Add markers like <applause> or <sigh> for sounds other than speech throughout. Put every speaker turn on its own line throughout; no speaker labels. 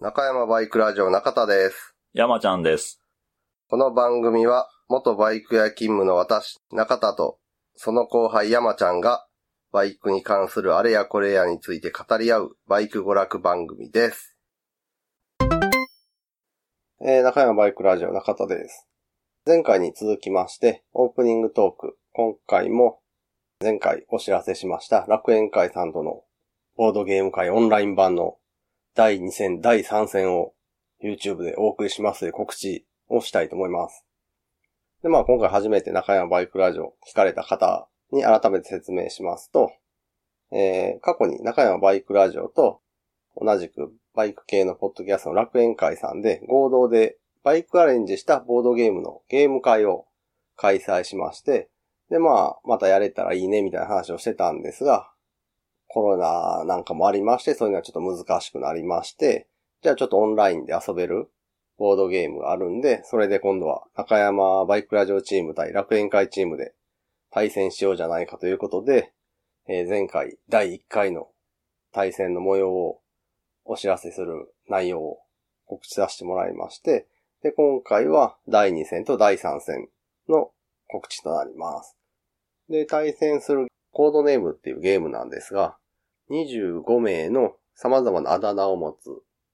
中山バイクラジオ中田です。
山ちゃんです。
この番組は、元バイク屋勤務の私、中田と、その後輩山ちゃんが、バイクに関するあれやこれやについて語り合う、バイク娯楽番組です。えー、中山バイクラジオ中田です。前回に続きまして、オープニングトーク、今回も、前回お知らせしました、楽園会さんとの、ボードゲーム会オンライン版の、第2戦、第3戦を、YouTube でお送りしますという告知をしたいと思います。で、まあ今回初めて中山バイクラジオ聞かれた方に改めて説明しますと、えー過去に中山バイクラジオと同じくバイク系のポッドキャストの楽園会さんで合同でバイクアレンジしたボードゲームのゲーム会を開催しまして、でまあまたやれたらいいねみたいな話をしてたんですが、コロナなんかもありまして、そういうのはちょっと難しくなりまして、じゃあちょっとオンラインで遊べるボードゲームがあるんで、それで今度は中山バイクラジオチーム対楽園会チームで対戦しようじゃないかということで、えー前回第1回の対戦の模様をお知らせする内容を告知させてもらいまして、で、今回は第2戦と第3戦の告知となります。で、対戦するコードネームっていうゲームなんですが、25名の様々なあだ名を持つ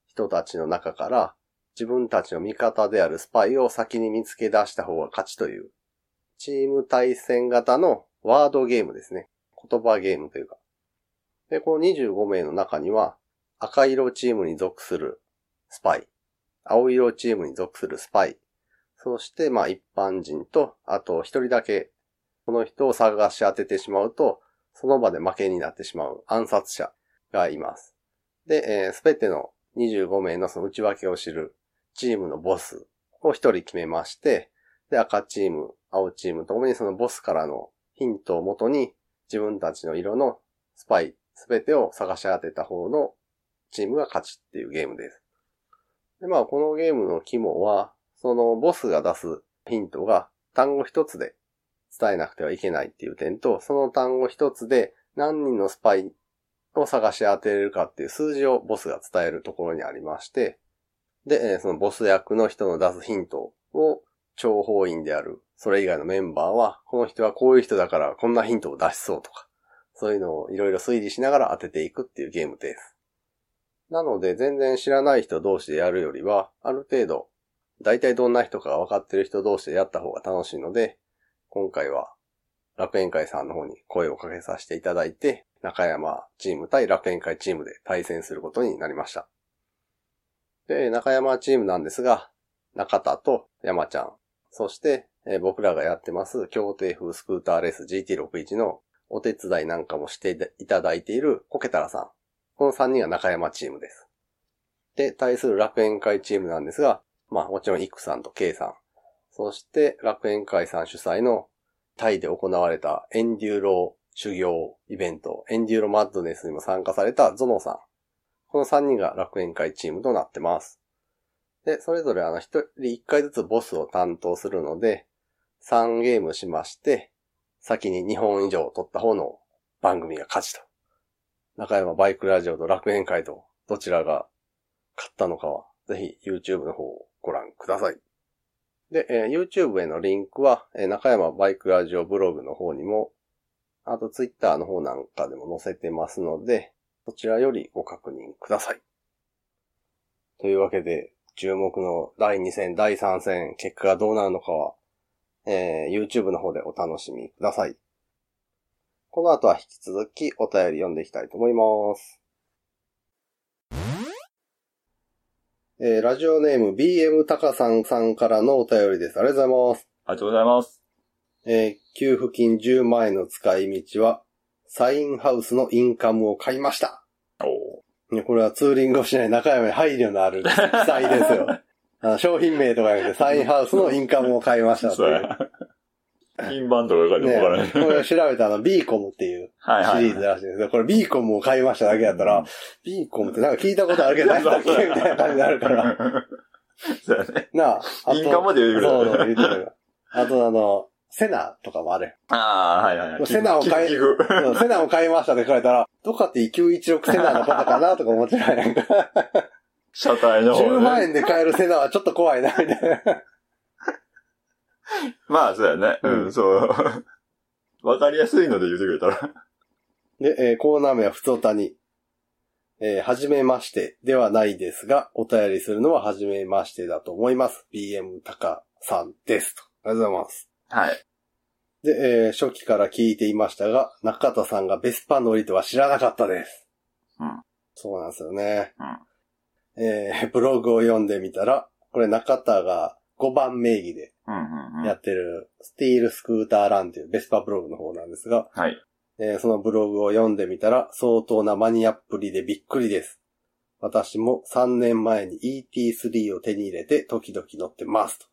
人たちの中から、自分たちの味方であるスパイを先に見つけ出した方が勝ちという、チーム対戦型のワードゲームですね。言葉ゲームというか。で、この25名の中には、赤色チームに属するスパイ、青色チームに属するスパイ、そして、まあ一般人と、あと一人だけ、この人を探し当ててしまうと、その場で負けになってしまう暗殺者がいます。で、す、べ、ての25名のその内訳を知るチームのボスを一人決めまして、で、赤チーム、青チームともにそのボスからのヒントをもとに、自分たちの色のスパイ、すべてを探し当てた方のチームが勝ちっていうゲームです。で、まあ、このゲームの肝は、そのボスが出すヒントが単語一つで伝えなくてはいけないっていう点と、その単語一つで何人のスパイを探し当てれるかっていう数字をボスが伝えるところにありまして、で、えーそのボス役の人の出すヒントを、諜報員である、それ以外のメンバーは、この人はこういう人だからこんなヒントを出しそうとか、そういうのをいろいろ推理しながら当てていくっていうゲームです。なので、全然知らない人同士でやるよりは、ある程度、大体どんな人かが分かってる人同士でやった方が楽しいので、今回は楽園会さんの方に声をかけさせていただいて、中山チーム対楽園会チームで対戦することになりました。で、中山チームなんですが、中田と山ちゃん、そして、えー僕らがやってます、協定風スクーターレース GT61 のお手伝いなんかもしていただいているコケタラさん。この3人が中山チームです。で、対する楽園会チームなんですが、まあもちろんイクさんとケイさん。そして楽園会さん主催のタイで行われたエンデューロ修行イベント、エンデューロマッドネスにも参加されたゾノさん。この3人が楽園会チームとなってます。で、それぞれあの、1人1回ずつボスを担当するので、3ゲームしまして、先に2本以上取った方の番組が勝ちと。中山バイクラジオと楽園会とどちらが勝ったのかは、ぜひ YouTube の方をご覧ください。で、えー YouTube へのリンクは、えー中山バイクラジオブログの方にも、あと Twitter の方なんかでも載せてますので、そちらよりご確認ください。というわけで、注目の第2戦、第3戦、結果がどうなるのかは、えー YouTube の方でお楽しみください。この後は引き続きお便り読んでいきたいと思います。えーラジオネーム BM タカさんさんからのお便りです。ありがとうございます。
ありがとうございます。
えー給付金10万円の使い道は、サインハウスのインカムを買いました。
お
ねこれはツーリングをしない中山に配慮のある記載ですよ。
<laughs>
あの商品名とかじゃなくて、サインハウスのインカムを買いました
ー。
って
そう
い
<laughs> や。金版とか書い
う。
ても
ね
わからない。
これを調べたあの、ビーコムっていう
はい
シ
はい。
リーズらしいんですけど、これビーコムを買いましただけだったら、ビーコムってなんか聞いたことあるけど、何だっけみたいな感じになるから。
<laughs> そうやね。
なあ、あ
印鑑まで言うぐらい
そうそう、言うてくればあとあの、セナとかもある。
ああ、はいはいはい。
セナを変え
キフキフ
うんセナを買いましたって書いたら、どっかって916セナの方かなとか思ってないやんか。
車体の方ね
10万円で買えるセダンはちょっと怖いな、み
<laughs>
たいな。
まあ、そうやね。う
うん
ん、そう。 <laughs> わかりやすいので言ってくれたら。
で、えーコーナー名は普通おたに。えーはじめましてではないですが、お便りするのははじめましてだと思います。BM タカさんです。と。ありがとうございます。
はい。
で、えー初期から聞いていましたが、中田さんがベスパ乗りとは知らなかったです。
うん
そうなんですよね。えーブログを読んでみたら、これ中田が5番名義で
うんうんうん。
やってる、スティールスクーターランっていうベスパブログの方なんですが、
はい。
えーそのブログを読んでみたら相当なマニアっぷりでびっくりです。私も3年前に ET3 を手に入れて時々乗ってますと。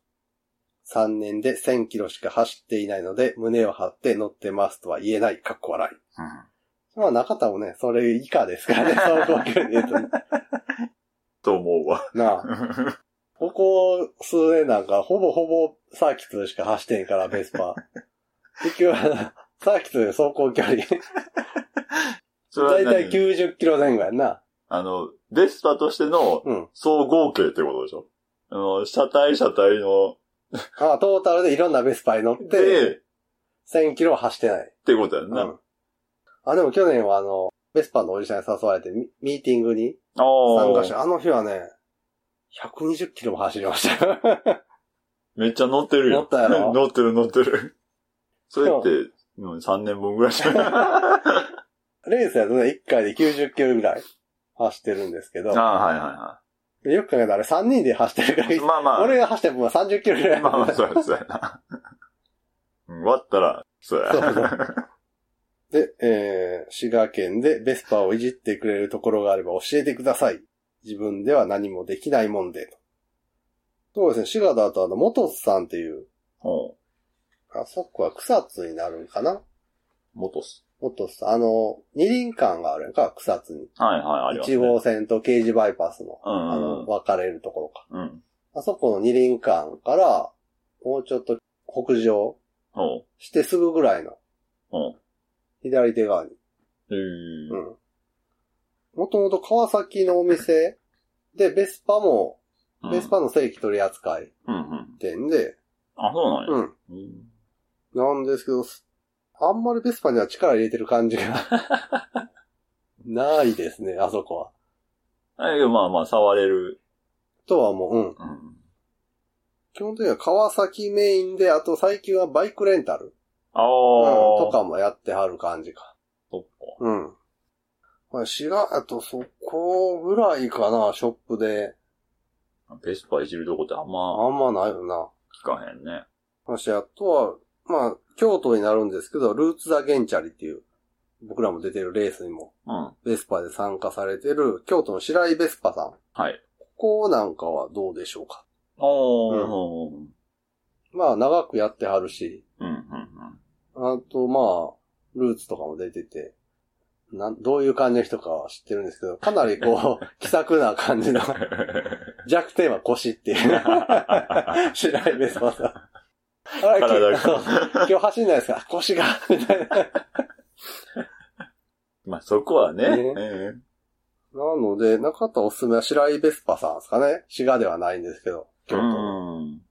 3年で1000キロしか走っていないので胸を張って乗ってますとは言えない、かっこ笑い。
うん
まあ中田もね、それ以下です
<laughs>
からね、走行距離で言うとね。
と思うわ。
なあ。ここ数年なんかほぼほぼサーキットでしか走ってんから、ベスパ。
<laughs>
結局あの、サーキットで走行距離、
そ
だいたい
何
90キロ前後やんな。
あの、ベスパとしての
うん。
総合計ってことでしょあの、車体車体の、
ああトータルでいろんなベスパに乗って、
で、っ
1000キロは走ってない。
てことやん
う
な。
ん。あ、でも去年はあの、ベスパのおじさんに誘われてミ、ミーティングに参
あ
加
あ
し。て、あの日はね、120キロも走りました <laughs> よ。
めっちゃ乗ってるよ。
乗ったやろ
<laughs> 乗ってる乗っ
<laughs>
てる。それって、うん、3年分ぐらいしか <laughs> あ
レースやとね、1回で90キロぐらい走ってるんですけど、
あ、はいは
よく考えたらあれ3人で走ってるか <laughs>
いはい。
ら、
まあまあ、
俺が走っても30キロぐらい。
<laughs> まあまあ、そうや、そうやな。うん割ったら、そうや。
そう <laughs> で、えー滋賀県でベスパをいじってくれるところがあれば教えてください。自分では何もできないもんで。そうですね、滋賀だとあの、元さんっていう、
おう
あそこは草津になるんかな
元す。
元さん、あの、二輪館があるんか、草津に。
はいはい、あります、ね。
1号線と刑事バイパスの、
うん
あの、分かれるところか。
うん。うん。
あそこの二輪館から、もうちょっと北上
おう
してすぐぐらいの
おう
左手側に。
え
う
ー
ん。もともと川崎のお店で、ベスパも、
うん。
ベスパの正規取り扱い
うんうん。
店で、
あ、そうなんや。
うん。
うん
なんですけど、あんまりベスパには力入れてる感じが、
<laughs>
ないですね、あそこは。
あれまあまあ、触れる。
とはもう、うん。
うん。
基本的には川崎メインで、あと最近はバイクレンタル、
ああ、
うん、
と
と。かもやってはる感じか。
そっか。
うん。まあ滋賀、あとそこぐらいかな、ショップで。
ベスパいじるとこってあんま
あんまないよな。
聞かへんね。
私、あとは、まあ、京都になるんですけど、ルーツ・ザ・ゲンチャリっていう、僕らも出てるレースにも、
うん。は
ベスパで参加されてる、京都の白井ベスパさん。
い。
ここなんかはどうでしょうか
おー。うん。
まあ、長くやってはるし、
うん、うん。
あと、まあ、ルーツとかも出てて、なん、どういう感じの人かは知ってるんですけど、かなりこ
<laughs>
う、気さくな感じの、弱点は腰って
<laughs>
いう、白井ベスパさん。あれ、
体
今日
が。
今日走んないですか腰が、みたいな。
<laughs> まあそこはね。
ね
うん
なので、中田おすすめは白井ベスパさんですかね滋賀ではないんですけど、京都の。
うん。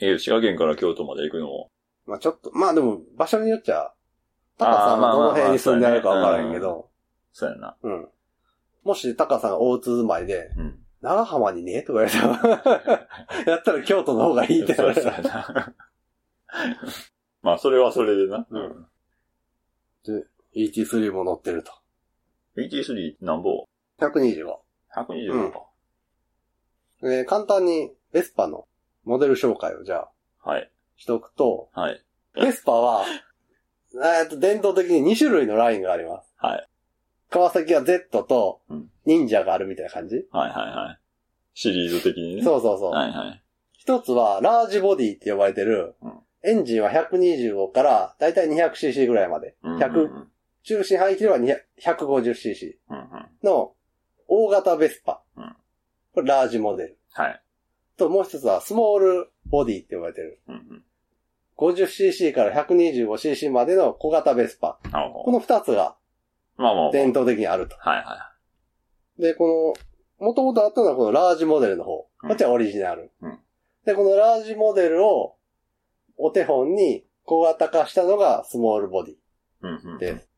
ええ、滋賀県から京都まで行くのも。
まあちょっと、まあでも、場所によっちゃ、タカさ
あー
ん
ま
は
あ
ど
まあ
の辺に住んであるかわからへんけど、
そうやな。
うん。もしタカさんが大津住まいで、
うん。
長浜にねとか言われた
<laughs>
ら、やったら京都の方がいいって
そう
な
やそうや
る。
な。 <laughs> まあそれはそれでな。。
うん ET3 も乗ってると。
BT3 なんぼ
125。
?120か。
えー簡単に、ベスパのモデル紹介をじゃあ、
はい。
しとくと、
はい。
ベスパは、えーっと、伝統的に2種類のラインがあります。
はい。
川崎は Z と
うん、
忍者があるみたいな感じ、
はいはいはい。シリーズ的にね。
そうそうそう。
はいはい。
一つは、ラージボディって呼ばれてる、
うん
エンジンは125から、だいたい 200cc ぐらいまで。
うん
100
うんうん
中心排気量は200 150cc
うんうん。
の、大型ベスパ。
うん
これ、ラージモデル。
はい。
と、もう一つは、スモールボディって呼ばれてる。
うんうん。
50cc から 125cc までの小型ベスパ。
なるほ
こ
ど。
の二つが
まあまあ。はい
伝統的にあると。
はい。
で、こもともとあったのはこのラージモデルの方。
うん
こっちはオリジナル。
うん
で、このラージモデルをお手本に小型化したのがスモールボデ
うんうん。
ィです。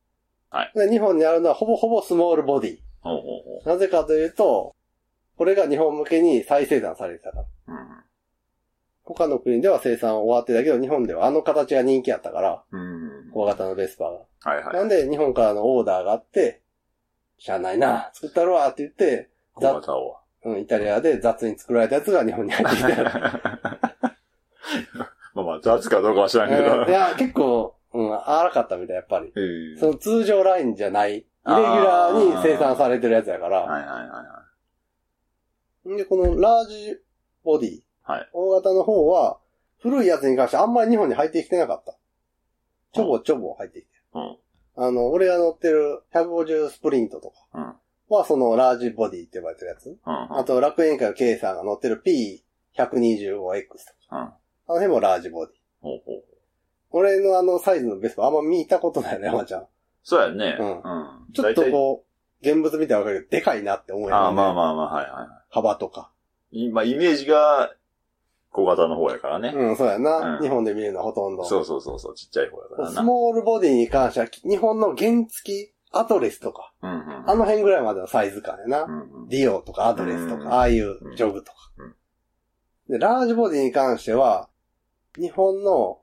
はい
で、日本にあるのはほぼほぼスモールボディ。
ほうほうほ
なぜかというと、これが日本向けに再生産されてたから。
う。
他の国では生産終わってたけど、日本ではあの形が人気やったから、
うん。うん。
小型のベスパーが。
はいはい。
なんで日本からのオーダーがあって、しゃあないな、作ったるわって言って、
小型を。
うん、イタリアで雑に作られたやつが日本に入ってきた。
まあまあ、雑かどうかは知らんけ
うんい
ど。
や、結構、うん、荒かったみたい、やっぱり。
えー
その通常ラインじゃない、イレギュラーに生産されてるやつやか
は
ら。
いはいはいはい。
で、このラージボディ、
はい
大型の方は、古いやつに関してあんまり日本に入ってきてなかった。ちょぼちょぼ入ってきてる。
うん
あの、俺が乗ってる150スプリントとか
うん。
は、そのラージボディって呼ばれてるやつ。
うん。
あと、楽園会の K さんが乗ってる P125X とか。
うん
あの辺もラージボディ。
ほうほう。
俺のあのサイズのベストあんま見たことないね、山ちゃん。
そうやね。
うん
ん
ちょっとこう、現物見てわかるけど、でかいなって思う
う
よね。
ああ、まあまあまあ、はいは
幅とか。
い。今、イメージが小型の方やからね。
うん、そうやな。
うん
日本で見るのはほとんど。
そうそうそうそう、ちっちゃい方やから
ス
な。
モールボディに関しては、日本の原付き、アドレスとか、
うんうん。
あの辺ぐらいまでのサイズ感やな。
うんうん
ディオとかアドレスと
うん
か、ああいうジョグとか
うん。
で、ラージボディに関しては、日本の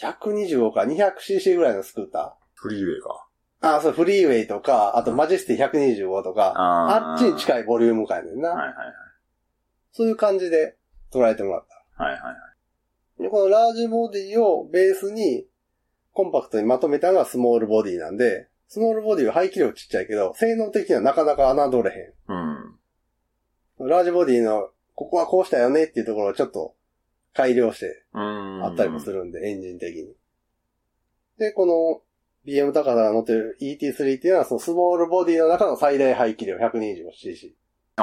125から 200cc ぐらいのスクータ
フリーウェイか。
ー。ああ、そう、フリーウェイとか、あとマジェスティ125とか、あ
あ
っちに
い。
近いボリューム感やねんな。
はいはい
そういう感じで捉えてもらった。
はい。はいはい。
で、このラージボディをベースに、コンパクトにまとめたのがスモールボディなんで、スモールボディは排気量ちっちゃいけど、性能的にはなかなか侮れへん。
うん。
ラージボディの、ここはこうしたよねっていうところをちょっと改良して
うん。
あったりもす。るんで、エンジン的に。で、この BM 高さが乗ってる ET3 っていうのは、そのスモールボディの中の最大排気量 125cc。
ああ、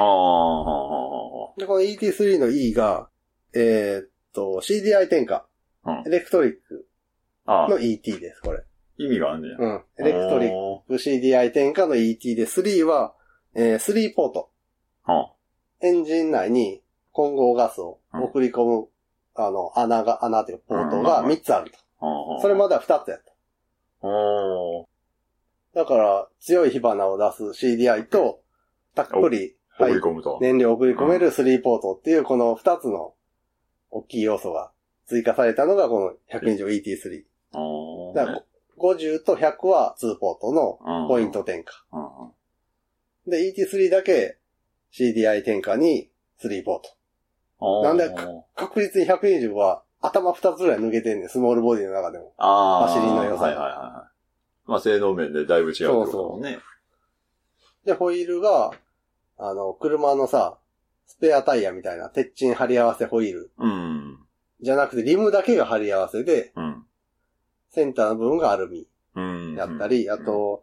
で、この ET3 の E が、えーっと、CDI 転換。
うん
エレクトリック
ああ
の ET です、これ。
意味があんねや。
うん。エレクトリッ
ッ
ク CDI 転換の ET で、3は、えー、3ポート。
ク。あ
エンジン内に混合ガスを送り込む、あの、穴が、穴というかポートが
うん
3つあると。
あ。
それ。までは2つやっ
おー。
た。だから、強い火花を出す CDI と、たっぷり、
送
は
り
い、
込むと。
燃料を送り込める3ポートっていう、この2つの大きい要素が追加されたのが、この 120ET3。
あー
だから、50と100は2ポートのポイント。転換。
うんうんうん
で、ET3 だけ CDI 転換に3ポート。
あ
な
ー
んで確実に120は頭2つぐらい抜けてんねん、スモールボディの中でも。
ああ。
走りの良さ
はいはいはいはい。まあ、性能面でだいぶ違うってことだもんね。
で、ホイールが、あの、車のさ、スペアタイヤみたいな、鉄チン貼り合わせホイール。
うん。
じゃなくて、リムだけが貼り合わせで、
うん。
センターの部分がアルミ
うん。
やったり、あと、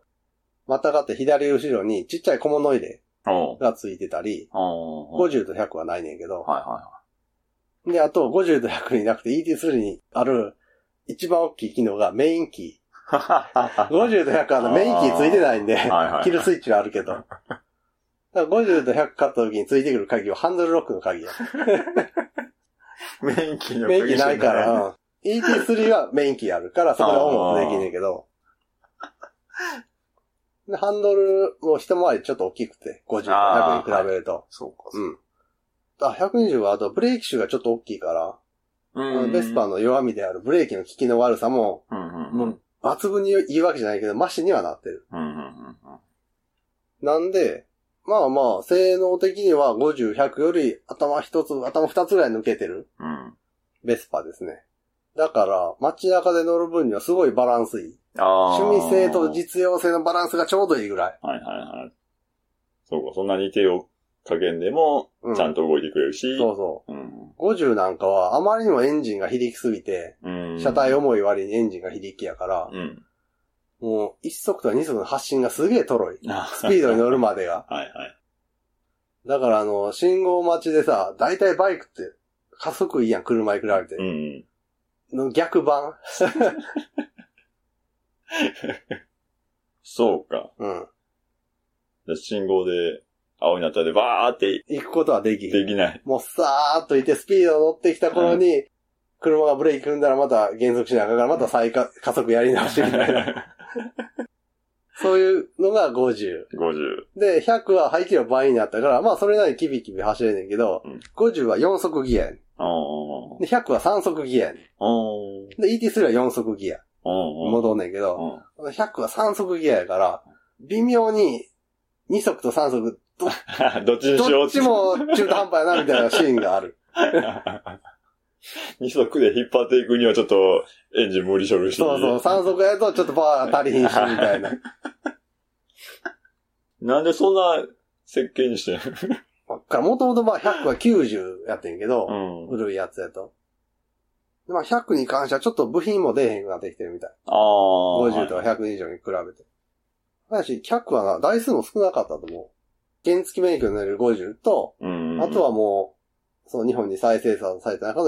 またがって左後ろにちっちゃい小物入れ
うん、おう
がついてたり、
おう
50と100はないねんけど、
はいは
で、あと50と100になくて ET3 にある一番大きい機能がメインキ
いは
<laughs> ー。50と100はあのメインキーついてないんで、
い。はいはい。
キルスイッチはあるけど。だから50と100買った時についてくる鍵はハンドルロックの鍵や。
免疫の
メインキーないか
鍵じゃ
ら、うん ET3 はメインキーあるから、そこでオンオフできんねんけど。でハンドルも一回りちょっと大きくて、50と
あー
100に比べると。
そうか。
うん。あ、120はあとブレーキシューがちょっと大きいから、あのベスパー
の。
の弱みであるブレーキの効きの悪さも、
うんうん。
もう抜群にいいわけじゃないけど、マシにはなってる。
うんうんうん
なんで、まあまあ、性能的には50、100より頭一つ、頭二つぐらい抜けてる
うん。うん。
ベスパですね。だから、街中で乗る分にはすごいバランスいい。
ああ。
趣味性と実用性のバランスがちょうどいいぐらい。
はいはいはい。そうか、そんなに手を加減でも、
うん。
ちゃんと動いてくれるし。
そうそ
うん。
う。50なんかは、あまりにもエンジンが非力すぎて、
うん。
車体重い割にエンジンが非力やから、
うん。
もう、1速とか2速の発進がすげえとろい。
ス
スピードに乗るまでが。 <laughs>
はいはい。
だからあの、信号待ちでさ、だいたいバイクって、加速いいやん、車に比べて。
うん。
の逆版。
そうか。
うん。
じゃあ信号で青になったでバーって
行くことはできひん
できない。
もうさーっといてスピード乗ってきた頃に、車がブレーキ踏んだらまた減速しながらまた再加加速やり直してみたい
<laughs>
な。そういうのが50。
50。
で、100は排気量倍になったから、まあそれなりにキビキビ走れんねんけど、
うん
50は4速ギアやねん。
あー
で、100は3速ギアやね
あー。
ん。で、ET3 は4速ギア。
あー
戻んねんけど、
あ
100は3速ギアやから、微妙に2速と3速、
ー。 <laughs> どっちにしよ
ど
う
っち。も中途半端やなみたいなシーンがある。
二足で引っ張っていくにはちょっとエンジン無理処理して。
そうそう、3速やとちょっとパワー足りひんし、みたい
<laughs>
な。
なんでそんな設計にしてん
から、もともとまあ100は90やってんけど、
のうん。
古いやつやと。でまあ100に関してはちょっと部品も出えへんくなってきてるみたい。
ああ。
50とか100以上に比べて。ただし、100はな、台数も少なかったと思う。原付免許になる50と、
うん。
あとはもう、その日本に再生産された中の